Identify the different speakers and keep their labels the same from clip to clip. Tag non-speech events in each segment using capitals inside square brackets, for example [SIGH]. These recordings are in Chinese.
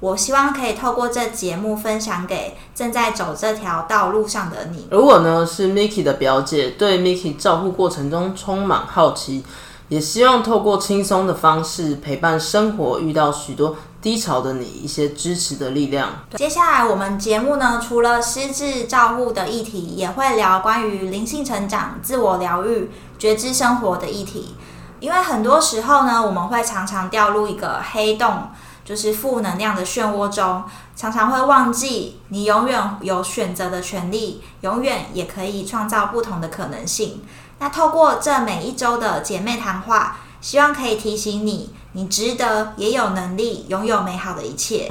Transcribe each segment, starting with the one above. Speaker 1: 我希望可以透过这节目分享给正在走这条道路上的你。
Speaker 2: 而我呢是 Miki 的表姐，对 Miki 照顾过程中充满好奇，也希望透过轻松的方式陪伴生活遇到许多低潮的你一些支持的力量。
Speaker 1: 接下来我们节目呢，除了失智照护的议题，也会聊关于灵性成长、自我疗愈、觉知生活的议题。因为很多时候呢，我们会常常掉入一个黑洞，就是负能量的漩涡中，常常会忘记你永远有选择的权利，永远也可以创造不同的可能性。那透过这每一周的姐妹谈话，希望可以提醒你，你值得，也有能力拥有美好的一切。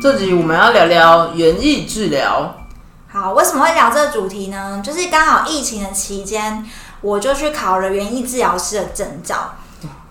Speaker 2: 这集我们要聊聊园艺治疗。
Speaker 1: 好，为什么会聊这个主题呢？就是刚好疫情的期间，我就去考了园艺治疗师的证照，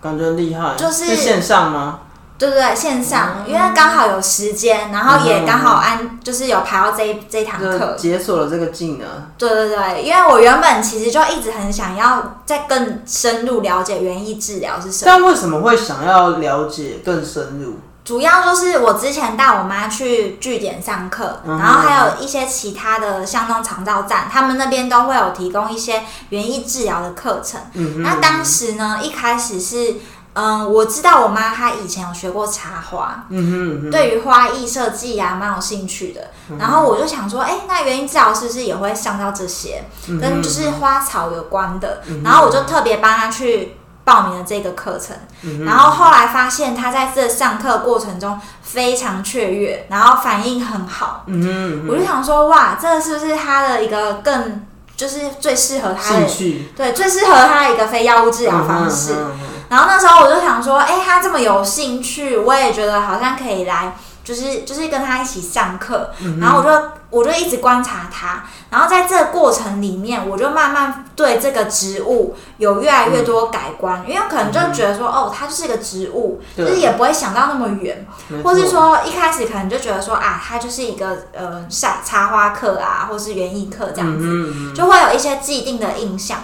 Speaker 2: 感觉很厉害，
Speaker 1: 就是
Speaker 2: 在线上吗？
Speaker 1: 对不对？线上，因为刚好有时间，然后也刚好安，就是有排到这一这一堂
Speaker 2: 就
Speaker 1: 课。
Speaker 2: 解锁了这个技能，
Speaker 1: 对对对，因为我原本其实就一直很想要再更深入了解园艺治疗是什么，
Speaker 2: 但为什么会想要了解更深入？
Speaker 1: 主要就是我之前带我妈去据点上课，
Speaker 2: 嗯
Speaker 1: 然后还有一些其他的像那种长照站，他们那边都会有提供一些园艺治疗的课程。
Speaker 2: 嗯哼，
Speaker 1: 那当时呢，一开始是，嗯，我知道我妈她以前有学过插花，
Speaker 2: 嗯哼嗯哼，嗯
Speaker 1: 对于花艺设计啊蛮有兴趣的。然后我就想说，哎、那园艺治疗师是不是也会上到这些
Speaker 2: 嗯
Speaker 1: 跟就是花草有关的？然后我就特别帮她去。报名了这个课程，
Speaker 2: 嗯
Speaker 1: 然后后来发现她在这上课过程中非常雀跃，然后反应很好，
Speaker 2: 嗯哼，
Speaker 1: 我就想说哇，这是不是她的一个更就是最适合她的
Speaker 2: 嗯兴趣
Speaker 1: 对，最适合他的一个非药物治疗方
Speaker 2: 嗯
Speaker 1: 式。
Speaker 2: 哼嗯哼
Speaker 1: 然后那时候我就想说，哎、他这么有兴趣，我也觉得好像可以来，就是就是跟他一起上课。然后我就我就一直观察他，然后在这个过程里面，我就慢慢对这个植物有越来越多改观，因为可能就觉得说，哦，它就是一个植物，就
Speaker 2: 对
Speaker 1: 是也不会想到那么远。
Speaker 2: 没
Speaker 1: 或是
Speaker 2: 错
Speaker 1: 说一开始可能就觉得说啊，它就是一个呃插插花课啊，或是园艺课
Speaker 2: 嗯
Speaker 1: 这样子，就会有一些既定的印象。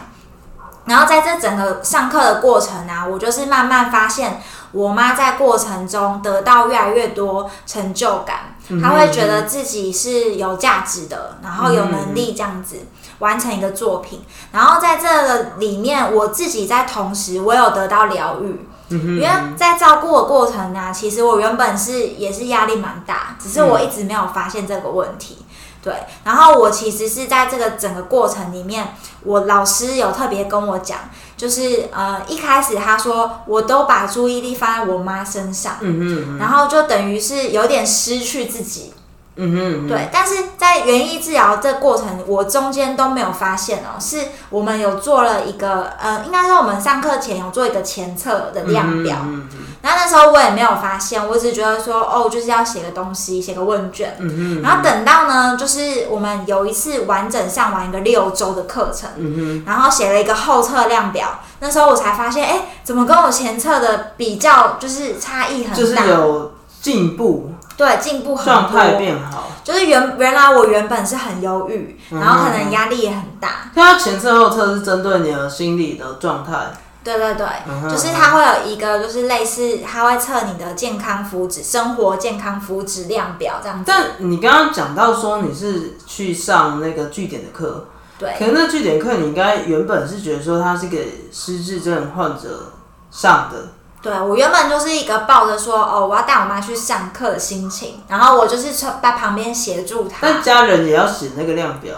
Speaker 1: 然后在这整个上课的过程啊，我就是慢慢发现，我妈在过程中得到越来越多成就感，
Speaker 2: 嗯
Speaker 1: 她会觉得自己是有价值的，然后有能
Speaker 2: 嗯
Speaker 1: 力这样子完成一个作品。然后在这个里面，我自己在同时我有得到疗愈，
Speaker 2: 嗯
Speaker 1: 因为在照顾的过程呢、其实我原本是也是压力蛮大，只是我
Speaker 2: 嗯
Speaker 1: 一直没有发现这个问题。对，然后我其实是在这个整个过程里面，我老师有特别跟我讲，就是呃一开始他说我都把注意力放在我妈身上，
Speaker 2: 嗯哼
Speaker 1: 然后就等于是有点失去自己，
Speaker 2: 嗯哼，嗯哼
Speaker 1: 对，但是在园艺治疗这过程，我中间都没有发现哦，是我们有做了一个呃，应该说我们上课前有做一个前测的量表，
Speaker 2: 嗯哼
Speaker 1: 然后那时候我也没有发现，我只觉得说哦，就是要写个东西，写个问卷。
Speaker 2: 嗯哼
Speaker 1: 然后等到呢，就是我们有一次完整上完一个六周的课程，
Speaker 2: 嗯哼，
Speaker 1: 然后写了一个后测量表。那时候我才发现，哎，怎么跟我前测的比较，就是差异很大，
Speaker 2: 就是有进步，
Speaker 1: 对进步很多，
Speaker 2: 状态变好。
Speaker 1: 就是原原来我原本是很忧郁，
Speaker 2: 嗯
Speaker 1: 然后可能压力也很大，
Speaker 2: 它前侧后侧是针对你的心理的状态，
Speaker 1: 对对对，
Speaker 2: 嗯哼
Speaker 1: 就是它会有一个就是类似，它会测你的健康福祉、生活健康福祉量表这样子，
Speaker 2: 但你刚刚讲到说你是去上那个据点的课，
Speaker 1: 对
Speaker 2: 可是那据点课你应该原本是觉得说它是给失智症患者上的，
Speaker 1: 对，我原本就是一个抱着说哦，我要带我妈去上课的心情，然后我就是从在旁边协助她，
Speaker 2: 但家人也要写那个量表。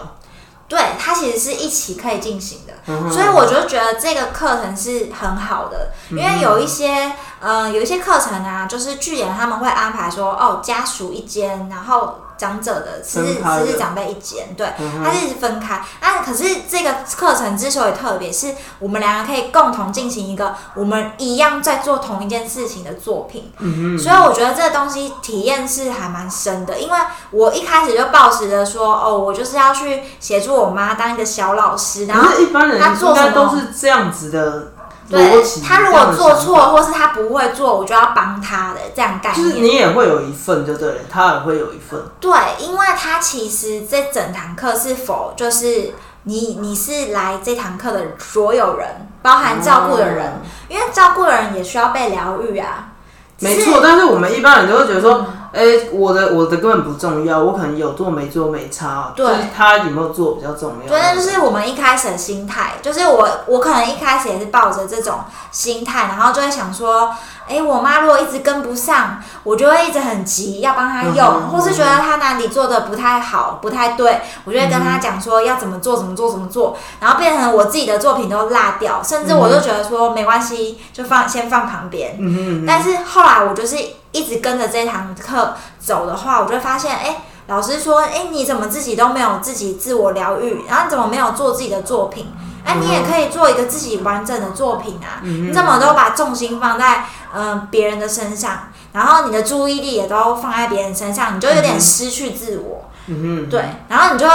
Speaker 1: 对，它其实是一起可以进行的，
Speaker 2: 嗯哼嗯
Speaker 1: 所以我就觉得这个课程是很好的，因为有一些呃，有一些课程啊，就是剧联他们会安排说，哦，家属一间，然后长者的慈日
Speaker 2: 分开的嗯
Speaker 1: 慈日长辈一间，对，它是分开。那可是这个课程之所以特别，是我们两个可以共同进行一个我们一样在做同一件事情的作品，
Speaker 2: 嗯
Speaker 1: 所以我觉得这个东西体验是还蛮深的，因为我一开始就抱持着说，哦，我就是要去协助我妈当一个小老师，然后
Speaker 2: 可是一般人
Speaker 1: 他做
Speaker 2: 应该
Speaker 1: 什么
Speaker 2: 都是这样子的逻辑
Speaker 1: 对。他如
Speaker 2: 这样
Speaker 1: 果
Speaker 2: 的
Speaker 1: 做
Speaker 2: 想
Speaker 1: 错
Speaker 2: 法
Speaker 1: 或是他不会做，我就要帮他的这样概
Speaker 2: 就是
Speaker 1: 念。
Speaker 2: 你也会有一份，就对了，他也会有一份。
Speaker 1: 对，因为他其实这整堂课是否就是你你是来这堂课的所有人，包含照顾的人，
Speaker 2: 哦
Speaker 1: 因为照顾的人也需要被疗愈啊。只
Speaker 2: 没
Speaker 1: 是
Speaker 2: 错，但是我们一般人都会觉得说，
Speaker 1: 嗯
Speaker 2: 哎、我的我的根本不重要，我可能有做没做没差，哦
Speaker 1: 对
Speaker 2: 就是他有没有做比较重要。
Speaker 1: 对，那就是我们一开始的心态，就是我我可能一开始也是抱着这种心态，然后就会想说，哎，我妈如果一直跟不上，我就会一直很急要帮她用，
Speaker 2: 嗯哼
Speaker 1: 或是觉得她哪里做的不太好、不太对，我就会
Speaker 2: 嗯
Speaker 1: 跟她讲说要怎么做、怎么做、怎么做，然后变成我自己的作品都落掉，甚至我就觉得说没关系，就放先放旁边。
Speaker 2: 嗯哼嗯哼
Speaker 1: 但是后来我就是一直跟着这堂课走的话，我就会发现，哎、老师说，哎、你怎么自己都没有自己自我疗愈，然后你怎么没有做自己的作品？哎、
Speaker 2: 嗯
Speaker 1: 你也可以做一个自己完整的作品啊！你怎么都把重心放在嗯别、人的身上，然后你的注意力也都放在别人身上，你就有点失去自我。
Speaker 2: 嗯
Speaker 1: 对，然后你就会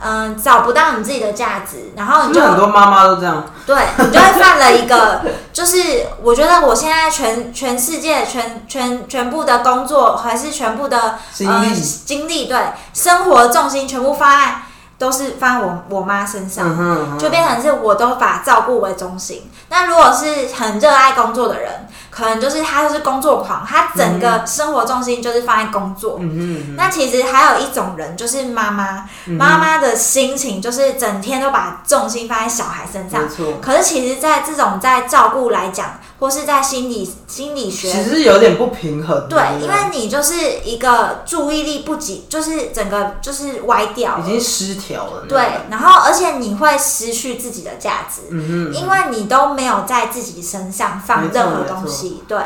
Speaker 1: 嗯、找不到你自己的价值，然后
Speaker 2: 哼，
Speaker 1: 你
Speaker 2: 就
Speaker 1: 就
Speaker 2: 很多妈妈都这样，
Speaker 1: 对你就会犯了一个， [LAUGHS] 就是我觉得我现在全全世界全全全部的工作还是全部的
Speaker 2: 经
Speaker 1: 呃
Speaker 2: 历
Speaker 1: 精力对生活重心全部放在都是放在我我妈身上，
Speaker 2: 嗯哼嗯哼
Speaker 1: 就变成是我都把照顾为中心。那如果是很热爱工作的人，可能就是他就是工作狂，他整个生活重心就是放在工作。
Speaker 2: 嗯哼嗯
Speaker 1: 那其实还有一种人，就是妈妈，妈妈的心情就是整天都把重心放在小孩身
Speaker 2: 哼，
Speaker 1: 上
Speaker 2: 没。错，
Speaker 1: 可是其实，在这种在照顾来讲，或是在心理心理
Speaker 2: 其
Speaker 1: 学，
Speaker 2: 实有点不平衡。
Speaker 1: 对，
Speaker 2: 不
Speaker 1: 因为你就是一个注意力不集，就是整个就是歪掉
Speaker 2: 已
Speaker 1: 了。
Speaker 2: 经失调了。
Speaker 1: 对，然后而且你会失去自己的价值，
Speaker 2: 嗯
Speaker 1: 因为你都没有在自己身上放
Speaker 2: 没错
Speaker 1: 任何
Speaker 2: 没错嗯
Speaker 1: 东西，对。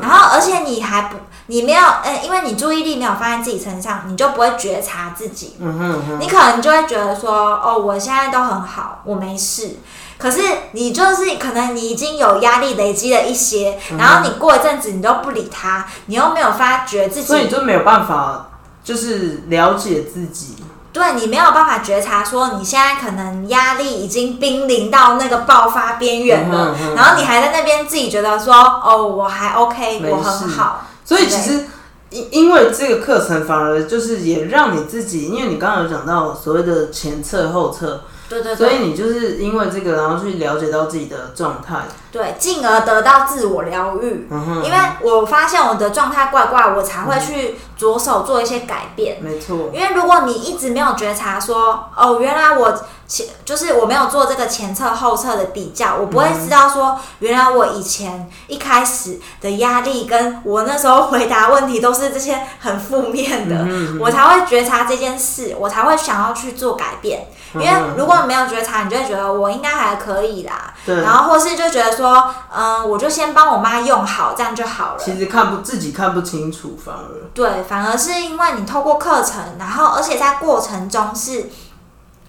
Speaker 1: 然后，而且你还不，你没有，呃，因为你注意力没有放在自己身上，你就不会觉察自己，
Speaker 2: 嗯哼嗯哼，
Speaker 1: 你可能就会觉得说，哦，我现在都很好，我没事。可是你就是可能你已经有压力累积了一些，
Speaker 2: 嗯
Speaker 1: 然后你过一阵子你都不理他，你又没有发觉自
Speaker 2: 所以你
Speaker 1: 己，
Speaker 2: 就没有办法，就是了解自己。
Speaker 1: 对你没有办法觉察说你现在可能压力已经濒临到那个爆发边缘了
Speaker 2: 嗯，哼嗯哼
Speaker 1: 然后你还在那边自己觉得说，哦，我还 OK，
Speaker 2: 没
Speaker 1: 我很
Speaker 2: 事
Speaker 1: 好，
Speaker 2: 所以其实因因为这个课程，反而就是也让你自己，因为你刚刚有讲到所谓的前测后测，
Speaker 1: 对对
Speaker 2: 所以
Speaker 1: 对
Speaker 2: 你就是因为这个，然后去了解到自己的状态。
Speaker 1: 对，进而得到自我疗愈。
Speaker 2: 嗯哼，嗯
Speaker 1: 因为我发现我的状态怪怪，我才会去着手做一些改变。
Speaker 2: 没错，
Speaker 1: 因为如果你一直没有觉察说，哦，原来我前就是我没有做这个前侧后侧的比较，我不会知道说，原来我以前一开始的压力跟我那时候回答问题都是这些很负面的，我才会觉察这件事，我才会想要去做改变。因为
Speaker 2: 嗯
Speaker 1: 如果没有觉察，你就会觉得我应该还可以啦，
Speaker 2: 对
Speaker 1: 然。后或是就觉得说，嗯，我就先帮我妈用好，这样就好了。
Speaker 2: 其实看不自己看不清楚，反而
Speaker 1: 对，反而是因为你透过课程，然后而且在过程中是。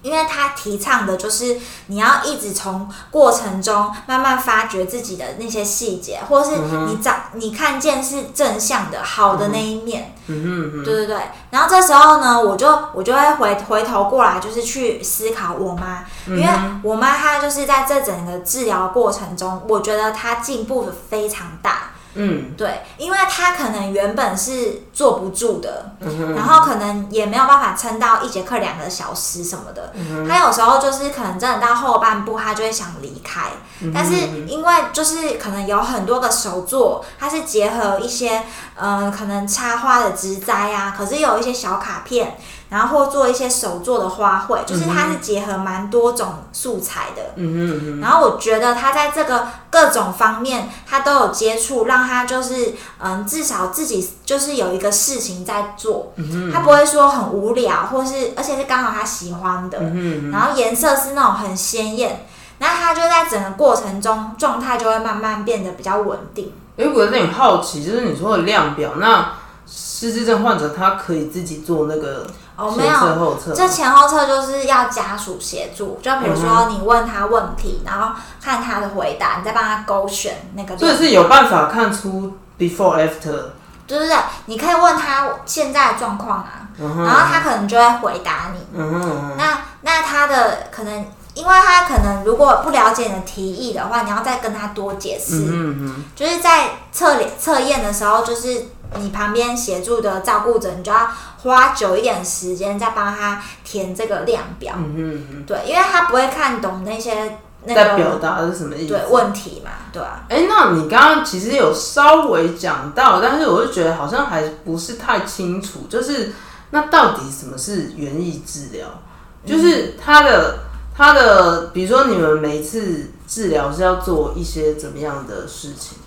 Speaker 1: 因为他提倡的就是你要一直从过程中慢慢发掘自己的那些细节，或是
Speaker 2: 嗯
Speaker 1: 你找、你看见是正向的好的那一面，
Speaker 2: 嗯
Speaker 1: 对对对。然后这时候呢，我就我就会回回头过来，就是去思考我妈，
Speaker 2: 嗯
Speaker 1: 因为我妈她就是在这整个治疗过程中，我觉得她进步非常大。
Speaker 2: 嗯
Speaker 1: 对，因为他可能原本是坐不住的，
Speaker 2: 嗯
Speaker 1: 然后可能也没有办法撑到一节课两个小时什么的。
Speaker 2: 嗯
Speaker 1: 他有时候就是可能真的到后半部，他就会想离开，
Speaker 2: 嗯
Speaker 1: 但是因为就是可能有很多个手作，它是结合一些呃可能插花的植栽啊，可是有一些小卡片。然后或做一些手做的花卉，就是它是结合蛮多种素材的，
Speaker 2: 嗯嗯
Speaker 1: 然后我觉得他在这个各种方面他都有接触，让他就是嗯，至少自己就是有一个事情在做，
Speaker 2: 嗯
Speaker 1: 他不会说很无聊，或是而且是刚好他喜欢的，
Speaker 2: 嗯
Speaker 1: 然后颜色是那种很鲜艳。那他就在整个过程中状态就会慢慢变得比较稳定。
Speaker 2: 哎，我有点好奇，就是你说的量表，那失智症患者他可以自己做那个
Speaker 1: 哦，没
Speaker 2: 前
Speaker 1: 有，
Speaker 2: 侧后侧吗，
Speaker 1: 这前后侧就是要家属协助，就比如
Speaker 2: 嗯
Speaker 1: 说你问他问题，然后看他的回答，你再帮他勾选那个。
Speaker 2: 所以是有办法看出 before after。
Speaker 1: 对对对，你可以问他现在的状况啊，
Speaker 2: 嗯
Speaker 1: 然后他可能就会回答你。那那他的可能，因为他可能如果不了解你的提议的话，你要再跟他多解
Speaker 2: 嗯
Speaker 1: 释。就是在测脸测验的时候，就是你旁边协助的照顾者，你就要花久一点时间再帮他填这个量表。
Speaker 2: 嗯
Speaker 1: 对，因为他不会看懂那些那
Speaker 2: 在表
Speaker 1: 个
Speaker 2: 达是什么意思
Speaker 1: 对？问题嘛，对啊。
Speaker 2: 哎、那你刚刚其实有稍微讲到，但是我就觉得好像还不是太清楚，就是那到底什么是园艺治疗？
Speaker 1: 嗯
Speaker 2: 就是它的它的，比如说你们每一次治疗是要做一些怎么样的事情？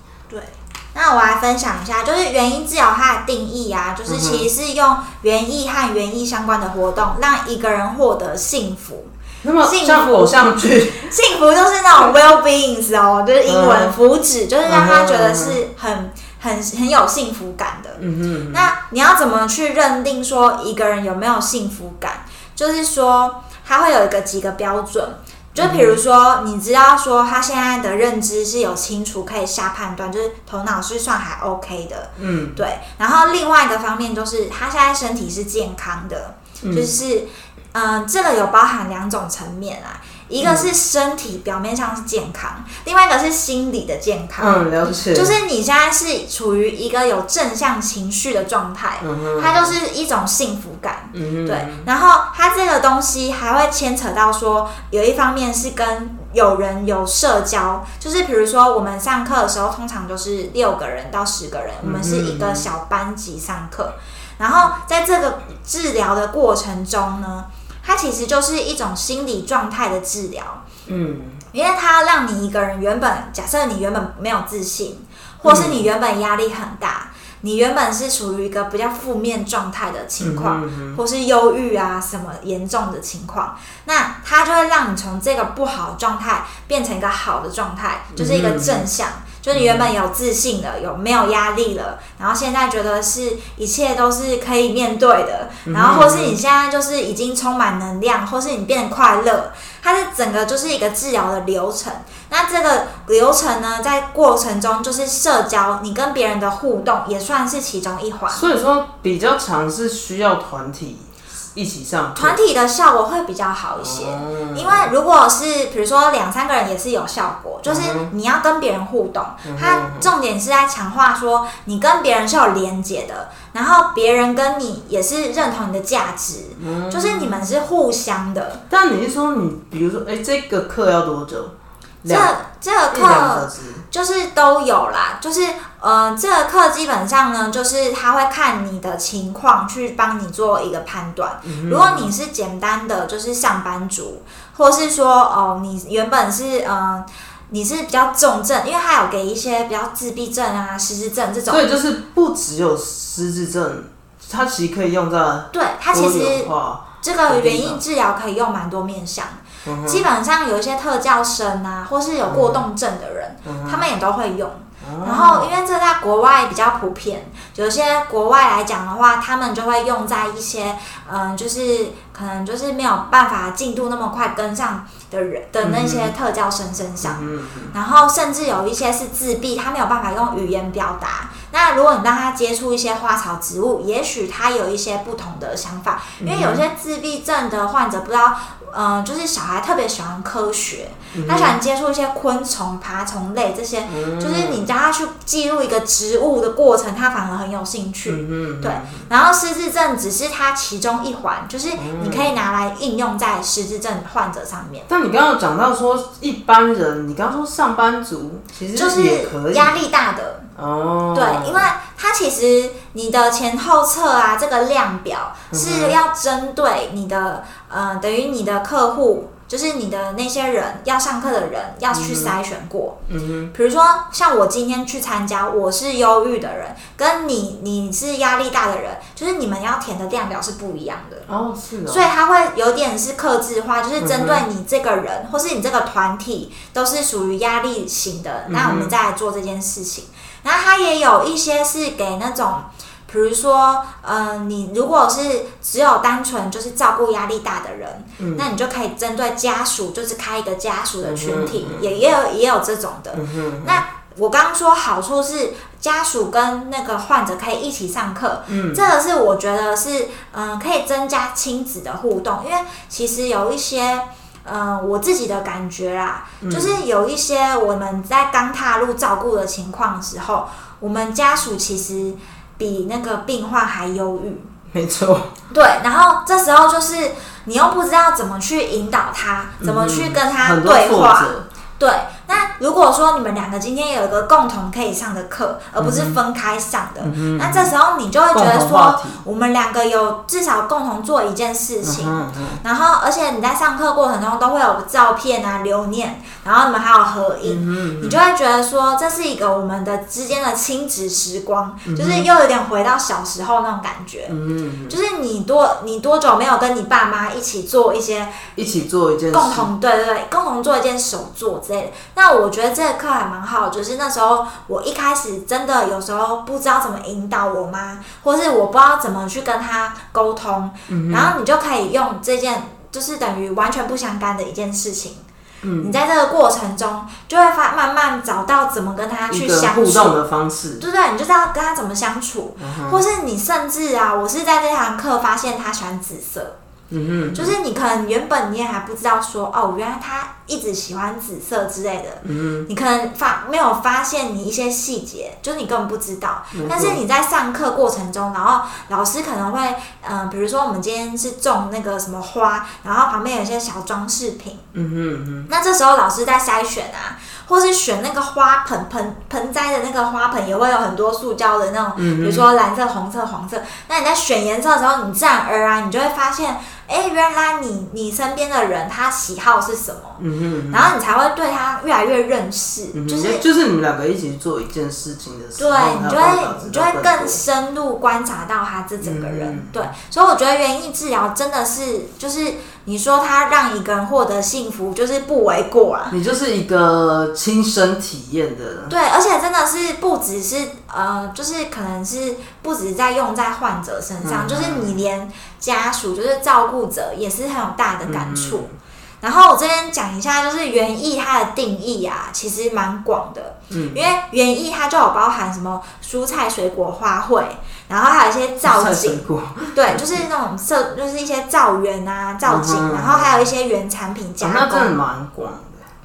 Speaker 1: 那我来分享一下，就是园艺治疗它的定义啊，就是
Speaker 2: 嗯
Speaker 1: 其实是用园艺和园艺相关的活动，让一个人获得幸福。
Speaker 2: 那么
Speaker 1: 幸福
Speaker 2: 像偶像剧， [LAUGHS]
Speaker 1: 幸福就是那种 well beings 哦，就是英文
Speaker 2: 嗯
Speaker 1: 福祉，就是让他觉得是很很很有幸福感的。
Speaker 2: 嗯
Speaker 1: 那你要怎么去认定说一个人有没有幸福感？就是说，他会有一个几个标准，就比如
Speaker 2: 嗯
Speaker 1: 说，你知道说他现在的认知是有清楚可以下判断，就是头脑是算还 OK 的，
Speaker 2: 嗯
Speaker 1: 对。然后另外一个方面就是他现在身体是健康的，就是嗯、这个有包含两种层面啊。一个是身体表面上是健康，另外一个是心理的健康。
Speaker 2: 嗯，了解，
Speaker 1: 就是你现在是处于一个有正向情绪的状态，它就是一种幸福感。
Speaker 2: 嗯
Speaker 1: 对，然后它这个东西还会牵扯到说，有一方面是跟有人有社交，就是比如说我们上课的时候，通常都是六个人到十个人，我们是一个小班级上课。然后在这个治疗的过程中呢，它其实就是一种心理状态的治疗。
Speaker 2: 嗯
Speaker 1: 因为它让你一个人原本假设你原本没有自信，或是你原本压力很大，你原本是处于一个比较负面状态的
Speaker 2: 嗯
Speaker 1: 情况，或是忧郁啊什么严重的情况，那它就会让你从这个不好的状态变成一个好的状态，就是一个正向。就是你原本有自信了，有没有压力了，然后现在觉得是一切都是可以面对的，然后或是你现在就是已经充满能量，或是你变得快乐，它是整个就是一个治疗的流程。那这个流程呢，在过程中就是社交，你跟别人的互动也算是其中一环。
Speaker 2: 所以说比较常是需要团体一起上课
Speaker 1: 团体的效果会比较好一些，
Speaker 2: 哦
Speaker 1: 因为如果是比如说两三个人也是有效
Speaker 2: 嗯
Speaker 1: 果，就是你要跟别人互动，它重点是在强化说你跟别人是有连接的，然后别人跟你也是认同你的价值，
Speaker 2: 嗯
Speaker 1: 就是你们是互相的。
Speaker 2: 但你是说你，比如说，哎、这个课要多久？
Speaker 1: 这
Speaker 2: 两
Speaker 1: 这个
Speaker 2: 一两个
Speaker 1: 课
Speaker 2: 小时。
Speaker 1: 就是都有啦，就是呃，这个课基本上呢，就是他会看你的情况去帮你做一个判断。如果你是简单的，就是上班族，或是说哦、你原本是呃，你是比较重症，因为他有给一些比较自闭症啊、失智症这种
Speaker 2: 所，以就是不只有失智症，它其实可以用在
Speaker 1: 对他其
Speaker 2: 多
Speaker 1: 实
Speaker 2: 元化。
Speaker 1: 这个原因治疗可以用蛮多面向，基本上有一些特教生啊，或是有过动症的人，他们也都会用。然后，因为这在国外比较普遍，有些国外来讲的话，他们就会用在一些，嗯，就是可能就是没有办法进度那么快跟上的人的那些特教生身上。然后，甚至有一些是自闭，他没有办法用语言表达。那如果你让他接触一些花草植物，也许他有一些不同的想法，因为有些自闭症的患者不知道，嗯、就是小孩特别喜欢科学，
Speaker 2: 嗯
Speaker 1: 他喜欢接触一些昆虫、爬虫类这些，就是你叫他去记录一个植物的过程，他反而很有兴趣。
Speaker 2: 嗯，
Speaker 1: 对，然后失智症只是它其中一环，就是你
Speaker 2: 哦
Speaker 1: 可以拿来应用在失智症患者上面。
Speaker 2: 但你刚刚有讲到说一般人，你刚刚说上班族其实
Speaker 1: 就是
Speaker 2: 也可以
Speaker 1: 压力大的，
Speaker 2: 哦。
Speaker 1: 对，因为它其实你的前后侧
Speaker 2: 嗯
Speaker 1: 啊，这个量表是要针对你的、呃，等于你的客户就是你的那些人要上课的人要去筛选过。
Speaker 2: 嗯
Speaker 1: 比如说，像我今天去参加，我是忧郁的人，跟你你是压力大的人，就是你们要填的量表是不一样的。
Speaker 2: 哼，哦是哦，
Speaker 1: 所以它会有点是克制化，就是针对你这个人、或是你这个团体都是属于压力型的，那我们再来做这件事情。然后它也有一些是给那种，比如说，呃，你如果是只有单纯就是照顾压力大的人，那你就可以针对家属，就是开一个家属的群体，也也有也有这种的。那我刚刚说好处是家属跟那个患者可以一起上课，嗯，这个是我觉得是嗯、呃可以增加亲子的互动，因为其实有一些。嗯、我自己的感觉啦，就是有一些我们在刚踏入照顾的情况的时候，我们家属其实比那个病患还忧郁。
Speaker 2: 没错，
Speaker 1: 对，然后这时候就是你又不知道怎么去引导他，怎么去跟
Speaker 2: 嗯
Speaker 1: 他
Speaker 2: 很多
Speaker 1: 对
Speaker 2: 挫
Speaker 1: 话。
Speaker 2: 折，
Speaker 1: 对，那如果说你们两个今天有一个共同可以上的课，而不是
Speaker 2: 嗯
Speaker 1: 分开上的，那这时候你就会觉得
Speaker 2: 共同话
Speaker 1: 说
Speaker 2: 题，
Speaker 1: 我们两个有至少共同做一件事情。
Speaker 2: 嗯嗯，
Speaker 1: 然后，而且你在上课过程中都会有照片啊、留念，然后你们还有合影，
Speaker 2: 嗯
Speaker 1: 你就会觉得说这是一个我们的之间的亲子时光，就是又有点回到小时候那种感觉。
Speaker 2: 嗯
Speaker 1: 就是你多你多久没有跟你爸妈一起做一些
Speaker 2: 一起做一件事，
Speaker 1: 共同对对对共同做一件手作之类的？那我觉得这个课还蛮好，就是那时候我一开始真的有时候不知道怎么引导我妈，或是我不知道怎么去跟她沟通，
Speaker 2: 嗯
Speaker 1: 然后你就可以用这件就是等于完全不相干的一件事情。
Speaker 2: 嗯
Speaker 1: 你在这个过程中就会发慢慢找到怎么跟她
Speaker 2: 一
Speaker 1: 去
Speaker 2: 个
Speaker 1: 相
Speaker 2: 互
Speaker 1: 处
Speaker 2: 动，的方式，
Speaker 1: 对不对？你就知道跟他怎么相处，
Speaker 2: 嗯
Speaker 1: 或是你甚至啊，我是在这堂课发现他喜欢紫色，
Speaker 2: 嗯哼，
Speaker 1: 就是你可能原本你也还不知道说哦，原来他一直喜欢紫色之类的，
Speaker 2: 嗯
Speaker 1: 你可能发没有发现你一些细节，就是你根本不知道。
Speaker 2: 嗯
Speaker 1: 但是你在上课过程中，然后老师可能会嗯、呃比如说我们今天是种那个什么花，然后旁边有一些小装饰品，
Speaker 2: 嗯哼嗯哼，
Speaker 1: 那这时候老师在筛选啊，或是选那个花盆盆盆栽的那个花盆，也会有很多塑胶的那种，
Speaker 2: 嗯
Speaker 1: 比如说蓝色、红色、黄色。那你在选颜色的时候，你自然而然你就会发现，哎、原来你你身边的人他喜好是什么，
Speaker 2: 嗯哼。
Speaker 1: 然后你才会对他越来越认识，
Speaker 2: 嗯
Speaker 1: 就是
Speaker 2: 就是你们两个一起做一件事情的时候，
Speaker 1: 对，你就会你就会更
Speaker 2: 深。
Speaker 1: 深入观察到他这整个人。
Speaker 2: 嗯
Speaker 1: 对，所以我觉得园艺治疗真的是，就是你说他让一个人获得幸福，就是不为过啊。
Speaker 2: 你就是一个亲身体验的，
Speaker 1: 对，而且真的是不只是呃，就是可能是不止在用在患者身上，
Speaker 2: 嗯
Speaker 1: 就是你连家属，就是照顾者也是很有大的感触。
Speaker 2: 嗯
Speaker 1: 然后我这边讲一下，就是园艺它的定义啊，其实蛮广的，
Speaker 2: 嗯
Speaker 1: 因为园艺它就有包含什么蔬菜、水果、花卉，然后还有一些造
Speaker 2: 嗯菜
Speaker 1: 景
Speaker 2: 水，果，
Speaker 1: 对，就是那种设，就是一些造园啊、造景，
Speaker 2: 嗯哼
Speaker 1: 然后还有一些原产品加
Speaker 2: 哦
Speaker 1: 工，
Speaker 2: 那真的蛮广的。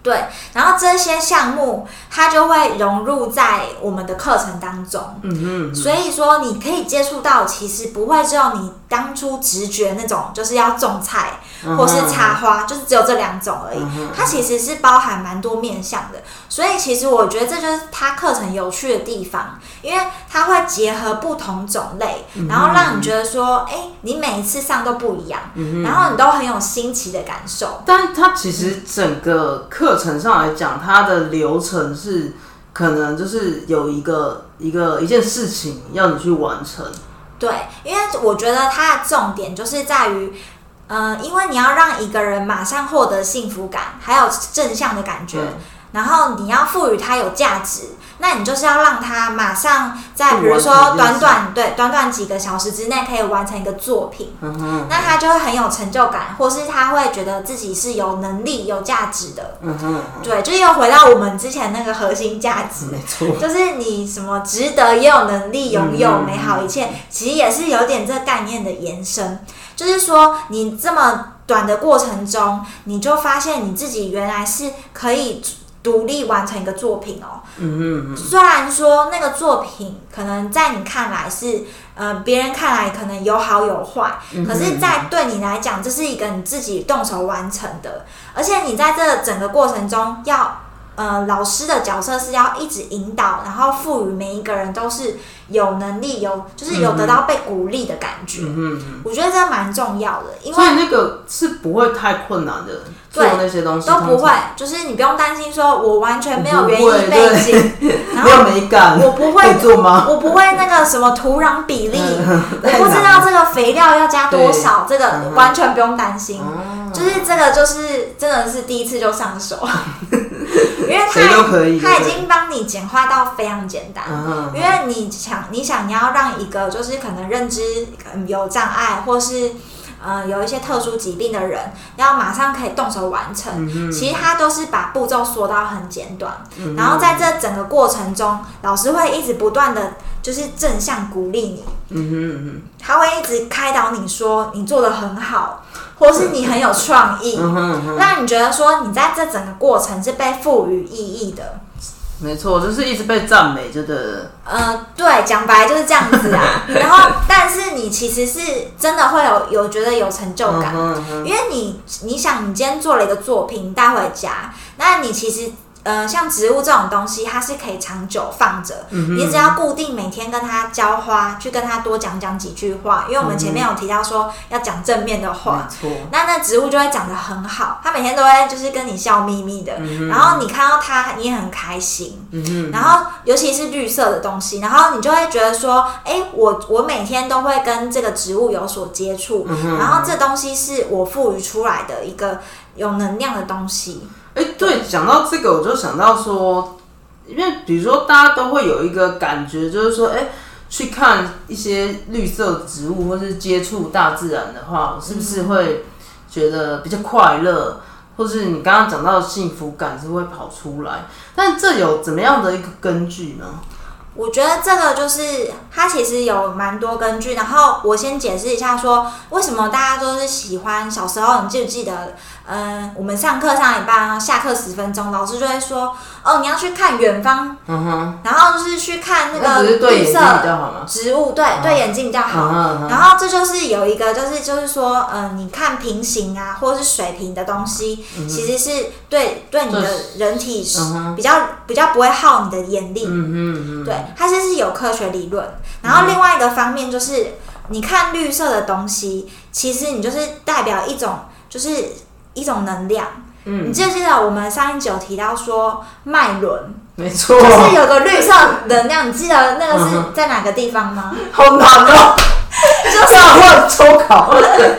Speaker 1: 对，然后这些项目它就会融入在我们的课程当中，
Speaker 2: 嗯哼，
Speaker 1: 所以说你可以接触到，其实不会只有你当初直觉那种，就是要种菜
Speaker 2: 嗯
Speaker 1: 或是插花，就是只有这两种而已。它其实是包含蛮多面向的，所以其实我觉得这就是它课程有趣的地方，因为它会结合不同种类，
Speaker 2: 嗯
Speaker 1: 然后让你觉得说，哎、你每一次上都不一样，
Speaker 2: 嗯
Speaker 1: 然后你都很有新奇的感受。
Speaker 2: 但它其实整个课程上来讲，它的流程是可能就是有一个一个一件事情要你去完成，
Speaker 1: 对，因为我觉得它的重点就是在于，呃，因为你要让一个人马上获得幸福感，还有正向的感觉，
Speaker 2: 嗯
Speaker 1: 然后你要赋予它有价值，那你就是要让他马上在
Speaker 2: 去
Speaker 1: 比如
Speaker 2: 完成
Speaker 1: 说
Speaker 2: 这件
Speaker 1: 短
Speaker 2: 事
Speaker 1: 短对短短几个小时之内可以完成一个作品，
Speaker 2: 嗯哼，
Speaker 1: 那他就会很有成就感，或是他会觉得自己是有能力、有价值的。
Speaker 2: 嗯哼，
Speaker 1: 对，就是又回到我们之前那个核心价值，
Speaker 2: 没错， [LAUGHS]
Speaker 1: 就是你什么值得也有能力拥有
Speaker 2: 嗯
Speaker 1: 美好一切，其实也是有点这概念的延伸。就是说，你这么短的过程中，你就发现你自己原来是可以独立完成一个作品哦。
Speaker 2: 嗯哼，
Speaker 1: 虽然说那个作品可能在你看来是，呃，别人看来可能有好有坏，
Speaker 2: 嗯
Speaker 1: 可是，在对你来讲，这是一个你自己动手完成的，而且你在这整个过程中要。呃，老师的角色是要一直引导，然后赋予每一个人都是有能力、有就是有得到被鼓励的感
Speaker 2: 嗯
Speaker 1: 觉。我觉得这蛮重要的，因
Speaker 2: 所以
Speaker 1: 为
Speaker 2: 那个是不会太困难的，做
Speaker 1: 对
Speaker 2: 那些东西
Speaker 1: 都不
Speaker 2: 通
Speaker 1: 会
Speaker 2: 常，
Speaker 1: 就是你不用担心说我完全没有
Speaker 2: 不
Speaker 1: 园
Speaker 2: 会
Speaker 1: 艺背
Speaker 2: [LAUGHS]
Speaker 1: 景，然
Speaker 2: 没
Speaker 1: 后
Speaker 2: 有美感，
Speaker 1: 我不会
Speaker 2: 可以做吗？嗯
Speaker 1: 我不会那个什么土壤比例，我
Speaker 2: 太
Speaker 1: 不知
Speaker 2: 难
Speaker 1: 道这个肥料要加多少，这个
Speaker 2: 嗯哼啊
Speaker 1: 完全不用担心。就是这个，就是真的是第一次就
Speaker 2: [LAUGHS]
Speaker 1: 上手，因为
Speaker 2: 谁都
Speaker 1: 它
Speaker 2: 可以
Speaker 1: 它
Speaker 2: 对
Speaker 1: 已经帮你简化到非常简单。
Speaker 2: 嗯
Speaker 1: 因为你想，你想要让一个就是可能认知嗯有障碍，或是呃有一些特殊疾病的人，要马上可以动手完成，
Speaker 2: 嗯
Speaker 1: 其实他都是把步骤缩到很简短。
Speaker 2: 嗯
Speaker 1: 然后在这整个过程中，老师会一直不断的就是正向鼓励你，
Speaker 2: 嗯哼嗯
Speaker 1: 他会一直开导你说你做的很好，或是你很有创意，
Speaker 2: 哼嗯哼嗯哼，
Speaker 1: 让你觉得说你在这整个过程是被赋予意义的。
Speaker 2: 没错，就是一直被赞美就对了。
Speaker 1: 呃，对，讲白就是这样子
Speaker 2: [LAUGHS]
Speaker 1: 啊。然后，但是你其实是真的会有有觉得有成就
Speaker 2: 嗯
Speaker 1: 感，
Speaker 2: 哼嗯哼
Speaker 1: 因为你你想，你今天做了一个作品带回家，那你其实。呃，像植物这种东西，它是可以长久放着，
Speaker 2: 嗯
Speaker 1: 你只要固定每天跟它浇花，去跟它多讲讲几句话，因为我们前面有提到说要讲正面的话，
Speaker 2: 没错，
Speaker 1: 那那植物就会长得很好，它每天都会就是跟你笑眯眯的，
Speaker 2: 嗯
Speaker 1: 然后你看到它你也很开心，然后尤其是绿色的东西，然后你就会觉得说，哎、我我每天都会跟这个植物有所接触，
Speaker 2: 嗯
Speaker 1: 然后这东西是我赋予出来的一个有能量的东西，
Speaker 2: 哎、对，讲到这个，我就想到说，因为比如说大家都会有一个感觉，就是说，哎、去看一些绿色植物，或是接触大自然的话，是不是
Speaker 1: 嗯
Speaker 2: 会觉得比较快乐，或是你刚刚讲到的幸福感是会跑出来？但这有怎么样的一个根据呢？
Speaker 1: 我觉得这个就是它其实有蛮多根据，然后我先解释一下说为什么大家都是喜欢小时候，你记不记得？嗯，我们上课上一半，下课十分钟，老师就会说哦，你要去看远方，
Speaker 2: 嗯哼，
Speaker 1: 然后就是去看那
Speaker 2: 那
Speaker 1: 个
Speaker 2: 不是对眼
Speaker 1: 绿
Speaker 2: 睛
Speaker 1: 色
Speaker 2: 比较好吗？
Speaker 1: 植物，对、
Speaker 2: 啊
Speaker 1: 对眼睛比较好。
Speaker 2: 嗯
Speaker 1: 然后这就是有一个，就是就是说，呃，你看平行啊，或者是水平的东西，其实是对对你的
Speaker 2: 嗯就是
Speaker 1: 人体是
Speaker 2: 嗯哼
Speaker 1: 比较比较不会耗你的眼力。
Speaker 2: 嗯嗯嗯，嗯
Speaker 1: 对，它这是有科学理论。然后另外一个方面就是，你看绿色的东西，其实你就是代表一种，就是一种能量。
Speaker 2: 嗯
Speaker 1: 你记不记得我们上一集有提到说脉轮，
Speaker 2: 没错，
Speaker 1: 就是有个绿色能量，你记得那个是
Speaker 2: 嗯
Speaker 1: 在哪个地方吗？
Speaker 2: 好难哦、 [LAUGHS] 就是要抽考。嗯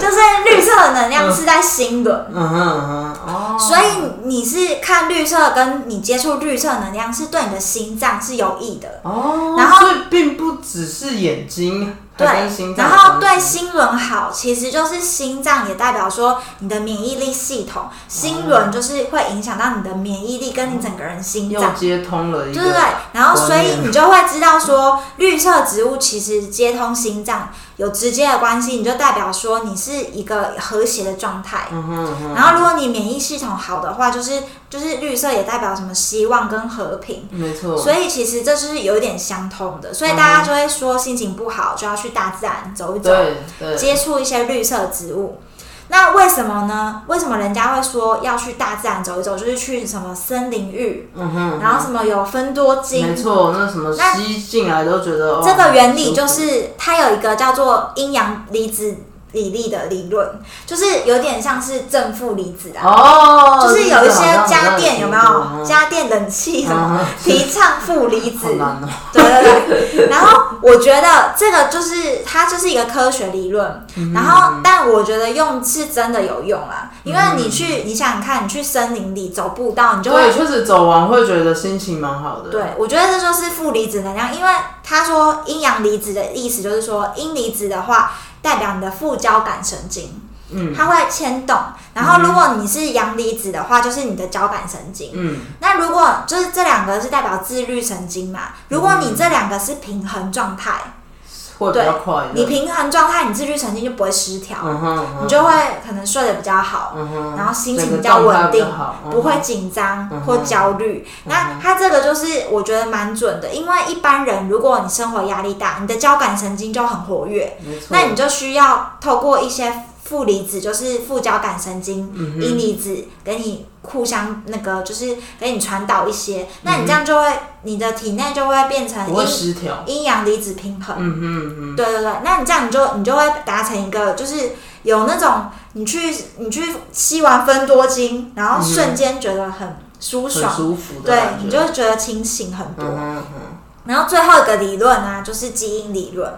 Speaker 1: 就是绿色的能量是在心轮。
Speaker 2: 嗯哼嗯哼，哦，
Speaker 1: 所以你是看绿色，跟你接触绿色能量是对你的心脏是有益的。
Speaker 2: 哦，
Speaker 1: 然后
Speaker 2: 所以并不只是眼睛，
Speaker 1: 对
Speaker 2: 还跟心，脏
Speaker 1: 然
Speaker 2: 有
Speaker 1: 后
Speaker 2: 关
Speaker 1: 对
Speaker 2: 系
Speaker 1: 心轮好，其实就是心脏也代表说你的免疫力系统，心
Speaker 2: 嗯
Speaker 1: 轮就是会影响到你的免疫力跟你整个人心
Speaker 2: 又
Speaker 1: 脏。
Speaker 2: 接通了一
Speaker 1: 对
Speaker 2: 个，
Speaker 1: 对对，然后所
Speaker 2: 观
Speaker 1: 以
Speaker 2: 念
Speaker 1: 你就会知道说，绿色植物其实接通心脏有直接的关系，你就代表说你是一个和谐的状态。
Speaker 2: 嗯哼嗯哼，
Speaker 1: 然后如果你免疫系统好的话，就是就是绿色也代表什么希望跟和平。
Speaker 2: 没错，
Speaker 1: 所以其实这就是有一点相通的，
Speaker 2: 嗯
Speaker 1: 所以大家就会说心情不好就要去大自然走一走，
Speaker 2: 对对，
Speaker 1: 接触一些绿色植物。那为什么呢？为什么人家会说要去大自然走一走，就是去什么森林浴，
Speaker 2: 嗯哼，
Speaker 1: 然后什么有分多精
Speaker 2: 没，错，那什么
Speaker 1: 那
Speaker 2: 吸进来都觉得
Speaker 1: 这个原理就。
Speaker 2: 哦很舒服
Speaker 1: 是它有一个叫做阴阳离子比例的理论，就是有点像是正负离子啊，
Speaker 2: 哦，
Speaker 1: 就是有一些家电
Speaker 2: 店
Speaker 1: 有没有？家电冷气什么
Speaker 2: 嗯
Speaker 1: 提倡负离子
Speaker 2: [LAUGHS] 好，难哦，
Speaker 1: 对 [LAUGHS] 对对。然后我觉得这个就是它就是一个科学理论，
Speaker 2: 嗯
Speaker 1: 然后但我觉得用是真的有用啦，因为你去你想想看，你去森林里走步道，你就
Speaker 2: 对，
Speaker 1: 会。
Speaker 2: 确实走完会觉得心情蛮好的，
Speaker 1: 对，我觉得这就是负离子能量，因为他说阴阳离子的意思就是说，阴离子的话代表你的副交感神经，
Speaker 2: 嗯，
Speaker 1: 它会牵动；然后如果你是阳离子的话，就是你的交感神经，
Speaker 2: 嗯，
Speaker 1: 那如果就是这两个是代表自律神经嘛，如果
Speaker 2: 嗯
Speaker 1: 你这两个是平衡状态，
Speaker 2: 会比
Speaker 1: 对
Speaker 2: 较快乐，
Speaker 1: 你平衡状态，你自律神经就不会失调，
Speaker 2: 嗯哼，嗯哼嗯
Speaker 1: 你就会可能睡得比较好，然后心情比较稳定，不会紧张或焦虑。
Speaker 2: 嗯
Speaker 1: 那它这个就是我觉得蛮准的，因为一般人如果你生活压力大，你的交感神经就很活跃，
Speaker 2: 嗯没错，
Speaker 1: 那你就需
Speaker 2: 嗯
Speaker 1: 要透过一些负离子，就是副交感神经、阴离子，给你互相那个就是给你传导一些，那你这样就会你的体内就会变成
Speaker 2: 嗯不会
Speaker 1: 阴
Speaker 2: 失调。
Speaker 1: 阴阳离子平衡。
Speaker 2: 嗯嗯嗯，
Speaker 1: 对对对，那你这样你就你就会达成一个，就是有那种你去你去吸完芬多精，然后瞬间觉得很舒
Speaker 2: 很
Speaker 1: 爽，
Speaker 2: 舒服的
Speaker 1: 对
Speaker 2: 感，
Speaker 1: 你
Speaker 2: 觉。
Speaker 1: 就会觉得清醒很多。
Speaker 2: 嗯嗯
Speaker 1: 然后最后一个理论啊，就是基因理论，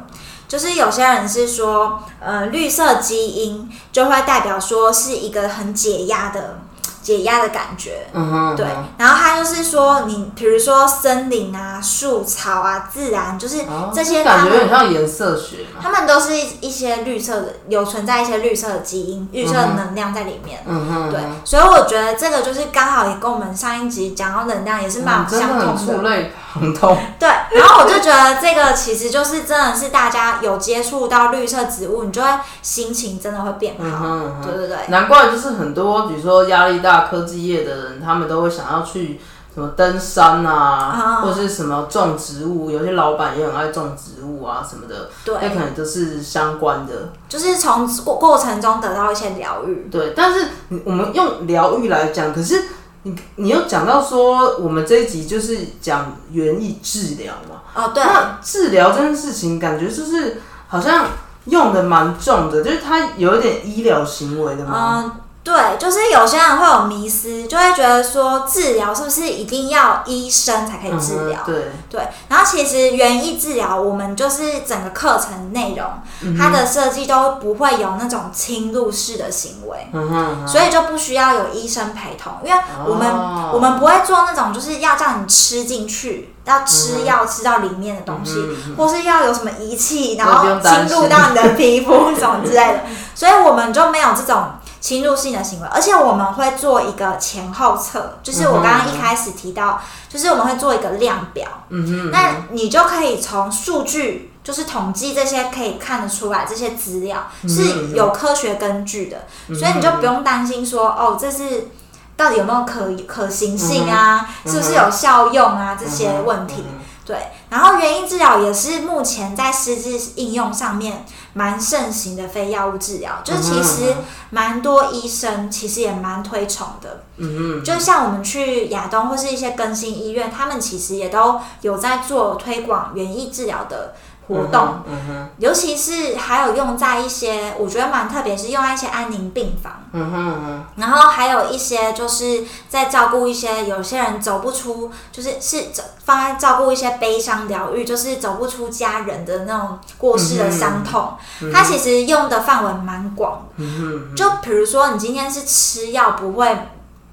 Speaker 1: 就是有些人是说，呃，绿色基因就会代表说是一个很解压的解压的感觉。
Speaker 2: 嗯哼，
Speaker 1: 对，然后它就是说你，比如说森林啊、树草啊、自然，就是
Speaker 2: 哦
Speaker 1: 这些
Speaker 2: 感
Speaker 1: 它
Speaker 2: 觉有点
Speaker 1: 们
Speaker 2: 像颜色学嘛。
Speaker 1: 它们都是一些绿色的，有存在一些绿色的基因、绿色的能量在里面。
Speaker 2: 嗯哼，
Speaker 1: 对，所以我觉得这个就是刚好也跟我们上一集讲到能量也是蛮
Speaker 2: 嗯
Speaker 1: 有
Speaker 2: 真
Speaker 1: 相
Speaker 2: 的很
Speaker 1: 通的
Speaker 2: 触。类旁
Speaker 1: [LAUGHS]
Speaker 2: 通。
Speaker 1: 对，然后我就觉得这个其实就是真的是大家有接触到绿色植物，你就会心情真的会变
Speaker 2: 嗯
Speaker 1: 好。
Speaker 2: 哼嗯哼
Speaker 1: 对对对，
Speaker 2: 难怪就是很多，比如说压力大、科技业的人，他们都会想要去什么登山啊，
Speaker 1: 啊
Speaker 2: 或者是什么种植物。有些老板也很爱种植物啊什么的，那
Speaker 1: 对，
Speaker 2: 可能都是相关的。
Speaker 1: 就是从过过程中得到一些疗愈。
Speaker 2: 对，但是你我们用疗愈来讲，可是你你又讲到说，我们这一集就是讲园艺治疗嘛。
Speaker 1: 哦，对，
Speaker 2: 那治疗这件事情，感觉就是好像用的蛮重的，就是它有一点医疗行为的嘛。
Speaker 1: 嗯，对，就是有些人会有迷思，就会觉得说治疗是不是一定要医生才可以治疗？
Speaker 2: 嗯哼对，
Speaker 1: 对，然后其实园艺治疗，我们就是整个课程内容，
Speaker 2: 嗯
Speaker 1: 它的设计都不会有那种侵入式的行为。
Speaker 2: 嗯哼。
Speaker 1: 所以就不需要有医生陪同，因为我们、
Speaker 2: 哦
Speaker 1: 我们不会做那种就是要叫你吃进去，要
Speaker 2: 嗯
Speaker 1: 吃药吃到里面的东西，或是要有什么仪器，然后
Speaker 2: 不用担
Speaker 1: 侵
Speaker 2: 心
Speaker 1: 入到
Speaker 2: [LAUGHS]
Speaker 1: 你的皮肤什么之类的，所以我们就没有这种侵入性的行为，而且我们会做一个前后测，就是我刚刚一开始提到，就是我们会做一个量表，
Speaker 2: 嗯哼，
Speaker 1: 那你就可以从数据，就是统计这些可以看得出来，这些资料
Speaker 2: 嗯
Speaker 1: 是有科学根据的，所以你就不用担心说哦，这是到底有没有可可行性啊，
Speaker 2: 嗯哼
Speaker 1: 是不是有效用啊这些问题。
Speaker 2: 嗯
Speaker 1: 对，然后原因治疗也是目前在实质应用上面蛮盛行的非药物治疗，就是
Speaker 2: 嗯
Speaker 1: 其实蛮多医生其实也蛮推崇的。
Speaker 2: 嗯
Speaker 1: 就像我们去亚东或是一些更新医院，他们其实也都有在做推广园艺治疗的
Speaker 2: 哼，
Speaker 1: 活动，
Speaker 2: 嗯哼，
Speaker 1: 尤其是还有用在一些我觉得蛮特别，是用在一些安宁病房，
Speaker 2: 嗯哼，嗯哼，嗯哼，
Speaker 1: 然后还有一些就是在照顾一些有些人走不出，就是是走放在照顾一些悲伤疗愈，就是走不出家人的那种过世的伤痛，它其实用的范围蛮广的
Speaker 2: 嗯
Speaker 1: 就比如说，你今天是吃药不会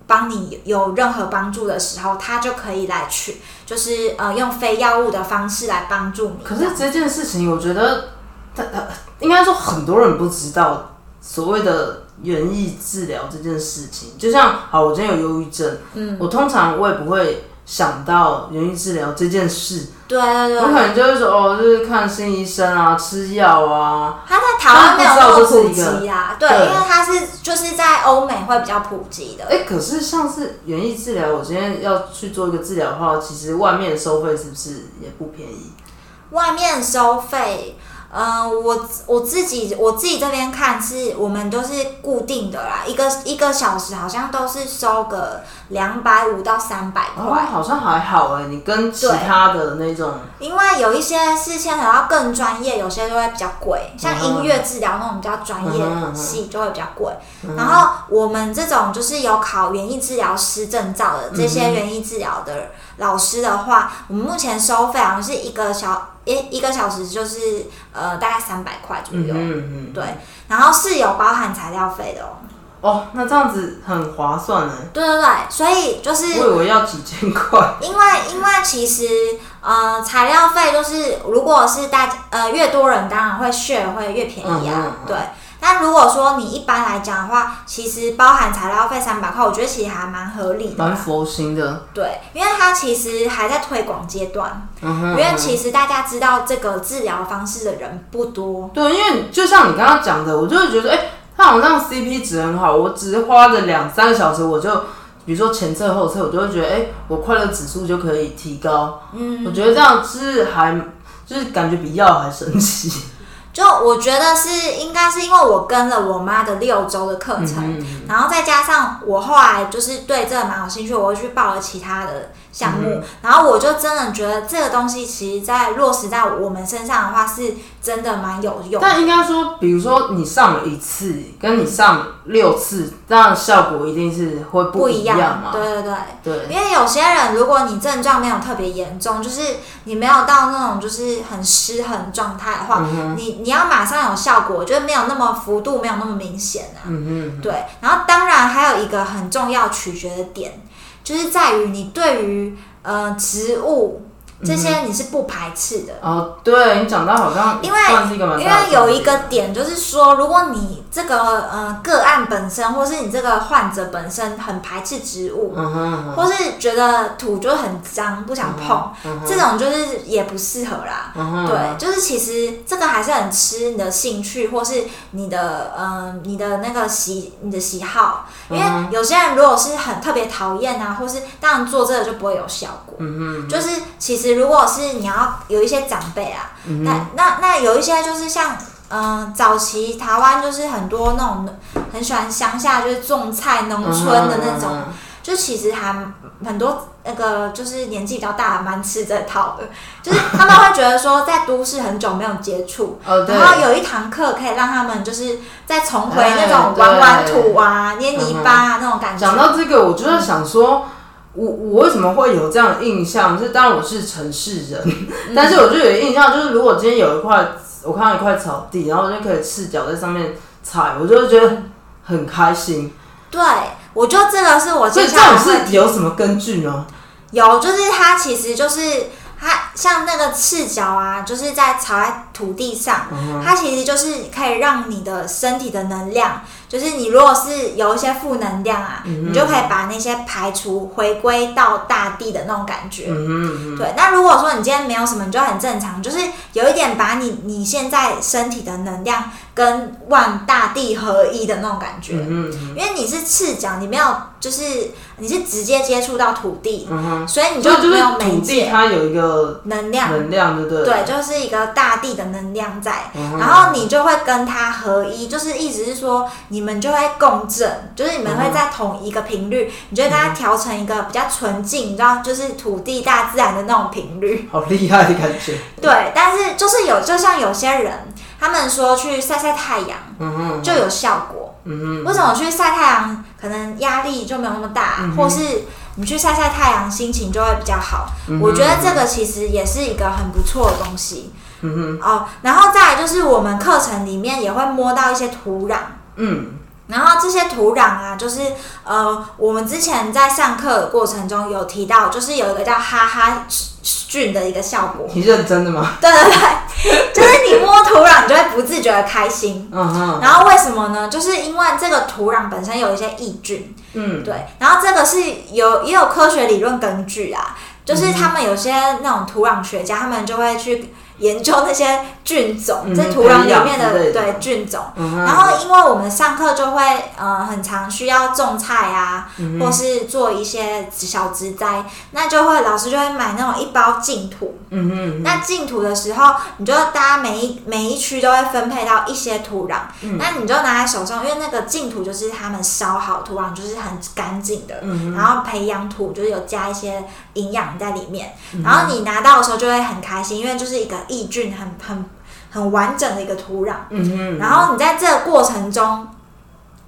Speaker 1: 帮你有任何帮助的时候，他就可以来去，就是呃用非药物的方式来帮助你。
Speaker 2: 哼。可是这件事情，我觉得，他他应该说很多人不知道所谓的园艺治疗这件事情。就像，好，我今天有忧郁症，嗯，我通常我也不会想到园艺治疗这件事，
Speaker 1: 对对啊
Speaker 2: 我
Speaker 1: 对，
Speaker 2: 可能就会说，哦，就是看心医生啊，吃药啊，
Speaker 1: 他在台湾没有那么普
Speaker 2: 他不
Speaker 1: 及啊，对，
Speaker 2: 个
Speaker 1: 因
Speaker 2: 对
Speaker 1: 为他是就是在欧美会比较普及的。
Speaker 2: 哎、可是像是园艺治疗，我今天要去做一个治疗的话，其实外面的收费是不是也不便宜？
Speaker 1: 外面收费，呃，我我自己我自己这边看是我们都是固定的啦，一个一个小时好像都是收个两百五到三百块。
Speaker 2: 哦，好像还好哎、你跟其他的那种，
Speaker 1: 因为有一些是牵扯到更专业，有些就会比较贵，像音乐治疗那种比较专业的系就会比较贵。然后我们这种就是有考园艺治疗师证照的这些园艺治疗的老师的话，我们目前收费好像是一个小一一个小时就是呃大概三百块左右，
Speaker 2: 嗯嗯嗯，
Speaker 1: 对。然后是有包含材料费的哦，
Speaker 2: 哦，那这样子很划算哎、
Speaker 1: 对对对，所以就是
Speaker 2: 我以为要几千块，
Speaker 1: 因为因为其实呃材料费就是如果是大家呃越多人当然会 share 会越便宜啊，
Speaker 2: 嗯嗯嗯
Speaker 1: 对。但如果说你一般来讲的话，其实包含材料费三百块，我觉得其实还蛮合理的
Speaker 2: 蛮
Speaker 1: 啦。
Speaker 2: 佛心的，
Speaker 1: 对，因为它其实还在推广阶段，
Speaker 2: 嗯哼。
Speaker 1: 因为其实大家知道这个治疗方式的人不多。
Speaker 2: 对，因为就像你刚刚讲的，我就会觉得，哎、它好像 CP 值很好，我只花了两三个小时，我就。比如说前测后测，我就会觉得，哎、我快乐指数就可以
Speaker 1: [LAUGHS]
Speaker 2: 提高。嗯，我觉得这样是还就是感觉比药还神奇。
Speaker 1: 就我觉得是应该是因为我跟了我妈的六周的课程，然后再加上我后来就是对这个蛮有兴趣，我又去报了其他的项目，然后我就真的觉得这个东西其实在落实在我们身上的话，是真的蛮有用的。
Speaker 2: 但应该说，比如说你上了一次，跟你上六次，当然效果一定是会
Speaker 1: 不
Speaker 2: 一
Speaker 1: 一样，
Speaker 2: 嘛。
Speaker 1: 对对对，
Speaker 2: 对，
Speaker 1: 因为有些人，如果你症状没有特别严重，就是你没有到那种就是很失衡状态的话，
Speaker 2: 嗯
Speaker 1: 你你要马上有效果，就是没有那么幅度，没有那么明显啊。
Speaker 2: 嗯
Speaker 1: 对，然后当然还有一个很重要取决的点，就是在于你对于呃植物这些你是不排斥的。
Speaker 2: 哼，哦，对你讲到好像
Speaker 1: 因为
Speaker 2: 算是一个蛮
Speaker 1: 因
Speaker 2: 大的
Speaker 1: 为有
Speaker 2: 重
Speaker 1: 一个
Speaker 2: 点
Speaker 1: 点就是说，如果你这个呃个案本身，或是你这个患者本身很排斥植物，
Speaker 2: 嗯哼嗯哼
Speaker 1: 或是觉得土就很脏，不想碰，这种就是也不适合啦。
Speaker 2: 嗯哼，
Speaker 1: 对，就是其实这个还是很吃你的兴趣，或是你的嗯、呃你的那个喜你的喜好，因为
Speaker 2: 嗯
Speaker 1: 有些人如果是很特别讨厌啊，或是当然做这个就不会有效果。嗯就是其实如果是你要有一些长辈啊，
Speaker 2: 嗯
Speaker 1: 那那那有一些就是像。嗯，早期台湾就是很多那种很喜欢乡下，就是种菜农村的那种，
Speaker 2: 嗯
Speaker 1: 就其实还很多那个就是年纪比较大，蛮吃这套的，就是他们会觉得说在都市很久没有接触。
Speaker 2: 哦 [LAUGHS] 对，
Speaker 1: 然后有一堂课可以让他们就是再重回
Speaker 2: [LAUGHS]
Speaker 1: 那种玩玩土啊、捏泥巴啊那种感觉。
Speaker 2: 讲到这个，我就在想说，我我为什么会有这样的印象？就是当然我是城市人，
Speaker 1: 嗯
Speaker 2: 但是我就有一个印象，就是如果今天有一块，我看到一块草地，然后我就可以赤脚在上面踩，我就会觉得很开心。
Speaker 1: 对，我觉得哦这个是我
Speaker 2: 所以
Speaker 1: 接
Speaker 2: 这
Speaker 1: 下来
Speaker 2: 种
Speaker 1: 会
Speaker 2: 是有什么根据呢？
Speaker 1: 有，就是它其实就是它像那个赤脚啊，就是在踩在土地上，
Speaker 2: 嗯
Speaker 1: 它其实就是可以让你的身体的能量，就是你如果是有一些负能量啊，
Speaker 2: 嗯
Speaker 1: 你就可以把那些排除，回归到大地的那种感觉。
Speaker 2: 嗯
Speaker 1: 对，那如果说你今天没有什么，你就很正常，就是有一点把你你现在身体的能量跟万大地合一的那种感觉。
Speaker 2: 嗯嗯
Speaker 1: 因为你是赤脚，你没有，就是你是直接接触到土地，
Speaker 2: 嗯哼，
Speaker 1: 所以你就
Speaker 2: 所以就
Speaker 1: 没
Speaker 2: 是
Speaker 1: 有媒
Speaker 2: 土地
Speaker 1: 介
Speaker 2: 它有一个
Speaker 1: 能量，
Speaker 2: 能量，对不对？
Speaker 1: 对，就是一个大地的能量在，
Speaker 2: 嗯
Speaker 1: 然后你就会跟它合一，就是意思是说你们就会共振，就是你们
Speaker 2: 嗯
Speaker 1: 会在同一个频率，你就会跟它调成一个比较纯净，你知道，就是土地大自然的那种频率。
Speaker 2: 好厉害的感觉。
Speaker 1: 对，但是就是有，就像有些人他们说去晒晒太阳
Speaker 2: 嗯哼，
Speaker 1: 就有效果，
Speaker 2: 嗯
Speaker 1: 为什么去晒太阳可能压力就没有那么大，
Speaker 2: 嗯
Speaker 1: 或是你去晒晒太阳心情就会比较好？
Speaker 2: 嗯
Speaker 1: 我觉得这个其实也是一个很不错的东西。嗯哼，哦，然后再来就是我们课程里面也会摸到一些土壤。
Speaker 2: 哼，嗯
Speaker 1: 然后这些土壤啊，就是呃，我们之前在上课的过程中有提到，就是有一个叫哈哈菌的一个效果。
Speaker 2: 你认真的吗？
Speaker 1: [LAUGHS] 对对对，就是你摸土壤，你就会不自觉的开心。
Speaker 2: 嗯哼，
Speaker 1: 然后为什么呢？就是因为这个土壤本身有一些益菌，
Speaker 2: 嗯
Speaker 1: 对，然后这个是有也有科学理论根据啊，就是他们有些那种土壤学家，他们就会去研究那些菌种，
Speaker 2: 嗯
Speaker 1: 在土壤里面的
Speaker 2: 培养之类的
Speaker 1: 对菌种。
Speaker 2: 嗯哼，
Speaker 1: 然后，因为我们上课就会呃很常需要种菜啊，
Speaker 2: 嗯
Speaker 1: 或是做一些小植栽，那就会老师就会买那种一包净土。
Speaker 2: 嗯哼，
Speaker 1: 那净土的时候，你就大家每一每一区都会分配到一些土壤，
Speaker 2: 嗯
Speaker 1: 那你就拿在手上，因为那个净土就是他们烧好土壤，就是很干净的，
Speaker 2: 嗯
Speaker 1: 然后培养土就是有加一些营养在里面，
Speaker 2: 嗯
Speaker 1: 然后你拿到的时候就会很开心，因为就是一个抑菌很很很完整的一个土壤，
Speaker 2: 嗯哼。
Speaker 1: 然后你在这个过程中。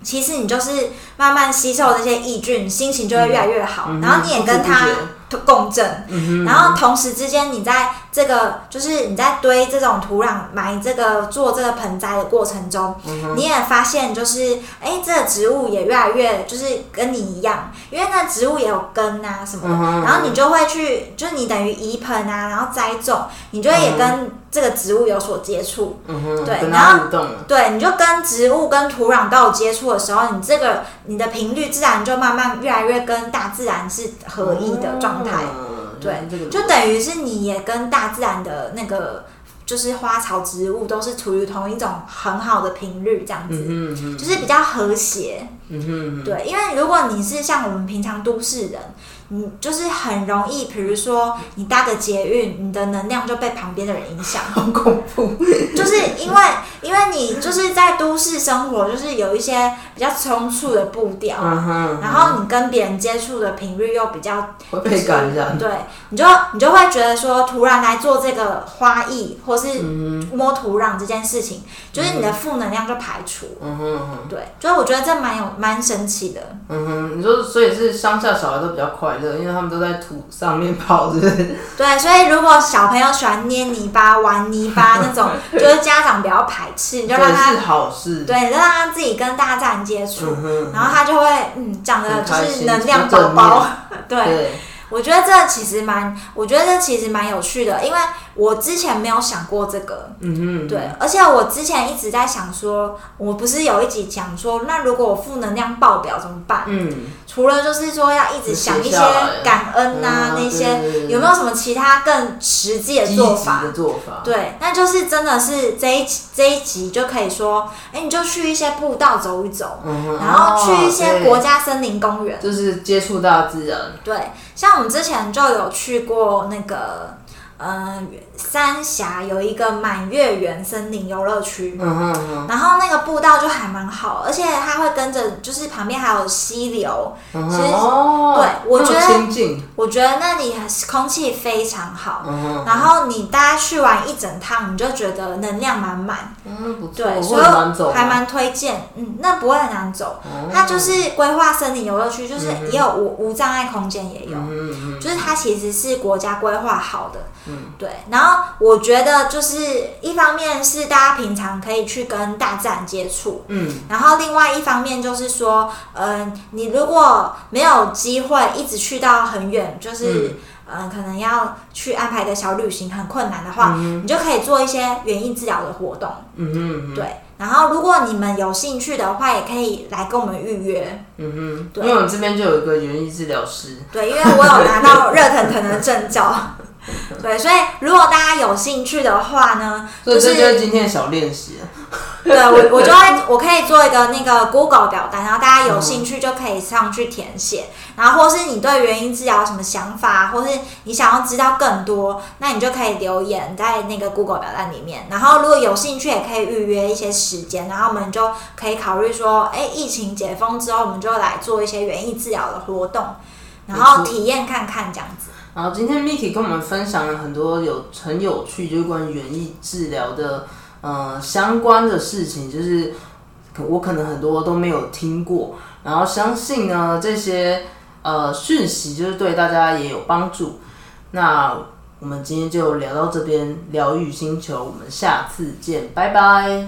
Speaker 1: 其实你就是慢慢吸收这些益菌，心情就会越来越好，
Speaker 2: 嗯
Speaker 1: 然后你也跟
Speaker 2: 不
Speaker 1: 它
Speaker 2: 知不觉
Speaker 1: 共振，
Speaker 2: 嗯
Speaker 1: 然后同时之间，你在这个就是你在堆这种土壤、埋这个做这个盆栽的过程中，
Speaker 2: 嗯
Speaker 1: 你也发现就是，哎、这个植物也越来越就是跟你一样，因为那植物也有根啊什么的，
Speaker 2: 嗯哼
Speaker 1: 然后你就会去，就是你等于移盆啊，然后栽种，你就会也跟这个植物有所接触，
Speaker 2: 嗯哼，
Speaker 1: 对
Speaker 2: 跟
Speaker 1: 然
Speaker 2: 他
Speaker 1: 后
Speaker 2: 互动了。
Speaker 1: 对，你就跟植物跟土壤都有接触的时候，你这个你的频率自然就慢慢越来越跟大自然是合一的状态。
Speaker 2: 哦
Speaker 1: 对
Speaker 2: 这个
Speaker 1: 就等于是你也跟大自然的那个就是花草植物都是处于同一种很好的频率，这样子，
Speaker 2: 嗯哼
Speaker 1: 就是比较和谐。
Speaker 2: 嗯哼，
Speaker 1: 对，因为如果你是像我们平常都市人，你就是很容易，比如说你搭个捷运，你的能量就被旁边的人
Speaker 2: [LAUGHS]
Speaker 1: 影响，
Speaker 2: 好恐怖。
Speaker 1: 就是因为因为你就是在都市生活，就是有一些比较匆促的步调，
Speaker 2: 嗯哼，
Speaker 1: 然后你跟别人接触的频率又比较
Speaker 2: 会被感染。
Speaker 1: 对，你就你就会觉得说，突然来做这个花艺或是
Speaker 2: 嗯
Speaker 1: 摸土壤这件事情，就是你的负能量就排除。
Speaker 2: 嗯哼嗯哼
Speaker 1: 对，就是我觉得这蛮有蛮神奇的。
Speaker 2: 嗯哼，你说所以是乡下小孩都比较快乐，因为他们都在土上面跑，是不是？
Speaker 1: 对，所以如果小朋友喜欢捏泥巴、玩泥巴那
Speaker 2: [LAUGHS]
Speaker 1: 种，就是家长不要排斥，你就
Speaker 2: 对，
Speaker 1: 让他
Speaker 2: 是好事。
Speaker 1: 对，你就让他自己跟大自然接触，
Speaker 2: 嗯哼，
Speaker 1: 然后他就会嗯长得
Speaker 2: 很
Speaker 1: 就
Speaker 2: 开
Speaker 1: 是
Speaker 2: 心
Speaker 1: 能量
Speaker 2: 比较
Speaker 1: 宝
Speaker 2: 正
Speaker 1: 宝。 [LAUGHS] 对，
Speaker 2: 对，
Speaker 1: 我觉得这其实蛮，我觉得这其实蛮有趣的，因为我之前没有想过这个。
Speaker 2: 嗯哼，
Speaker 1: 对，而且我之前一直在想说，我不是有一集讲说，那如果我负能量爆表怎么办？
Speaker 2: 嗯，
Speaker 1: 除了就是说要一直想一
Speaker 2: 写
Speaker 1: 些
Speaker 2: 下来啊
Speaker 1: 感恩呐、
Speaker 2: 嗯
Speaker 1: 那些，
Speaker 2: 对对对
Speaker 1: 有没有什么其他更实际的
Speaker 2: 积极
Speaker 1: 做法？
Speaker 2: 的做法，
Speaker 1: 对，那就是真的是这一集这一集就可以说，哎、你就去一些步道走一走，
Speaker 2: 嗯哼，
Speaker 1: 然后去一
Speaker 2: 哦
Speaker 1: 些国，家森林公园。
Speaker 2: 对就是接触大自然。
Speaker 1: 对，像我们之前就有去过那个，呃，三峡有一个满月园森林游乐区，
Speaker 2: 嗯哼嗯哼
Speaker 1: 然后那个步道就还蛮好，而且它会跟着，就是旁边还有溪流，
Speaker 2: 嗯
Speaker 1: 其
Speaker 2: 哼，
Speaker 1: 实
Speaker 2: 哦，
Speaker 1: 对我觉得
Speaker 2: 那么亲近，
Speaker 1: 我觉得那里空气非常好。
Speaker 2: 嗯哼，
Speaker 1: 然后你大家去完一整趟，你就觉得能量满满，
Speaker 2: 嗯，不错，
Speaker 1: 对，
Speaker 2: 我
Speaker 1: 所以
Speaker 2: 很难走
Speaker 1: 我
Speaker 2: 吗，
Speaker 1: 还蛮推荐。嗯，那不会很难走，
Speaker 2: 哦，
Speaker 1: 它就是规划森林游乐区，就是也有无无障碍空间也有。
Speaker 2: 嗯嗯
Speaker 1: 就是它其实是国家规划好的，嗯，对。然后我觉得就是一方面是大家平常可以去跟大自然接触，
Speaker 2: 嗯
Speaker 1: 然后另外一方面就是说，嗯、你如果没有机会一直去到很远，就是。嗯可能要去安排一个小旅行，很困难的话，你就可以做一些园艺治疗的活动，
Speaker 2: 嗯嗯嗯
Speaker 1: 对。然后，如果你们有兴趣的话，也可以来跟我们预约，
Speaker 2: 嗯哼，
Speaker 1: 对
Speaker 2: 因为我们这边就有一个园艺治疗师，
Speaker 1: 对，因为我有拿到热腾腾的证照，对，所以如果大家有兴趣的话呢，
Speaker 2: 所
Speaker 1: 就
Speaker 2: 以这就是
Speaker 1: 是
Speaker 2: 今天的小练习。
Speaker 1: 对我我就会我可以做一个那个 Google 表单，然后大家有兴趣就可以上去填写，然后或是你对原因治疗有什么想法，或是你想要知道更多，那你就可以留言在那个 Google 表单里面，然后如果有兴趣也可以预约一些时间，然后我们就可以考虑说，哎，疫情解封之后，我们就来做一些园艺治疗的活动，然后
Speaker 2: 没错
Speaker 1: 体验看看这样子。
Speaker 2: 然后今天 Miki 跟我们分享了很多有很有趣，就是关于园艺治疗的呃相关的事情，就是可我可能很多都没有听过，然后相信呢这些呃讯息就是对大家也有帮助。那我们今天就聊到这边，疗愈星球，我们下次见，拜拜。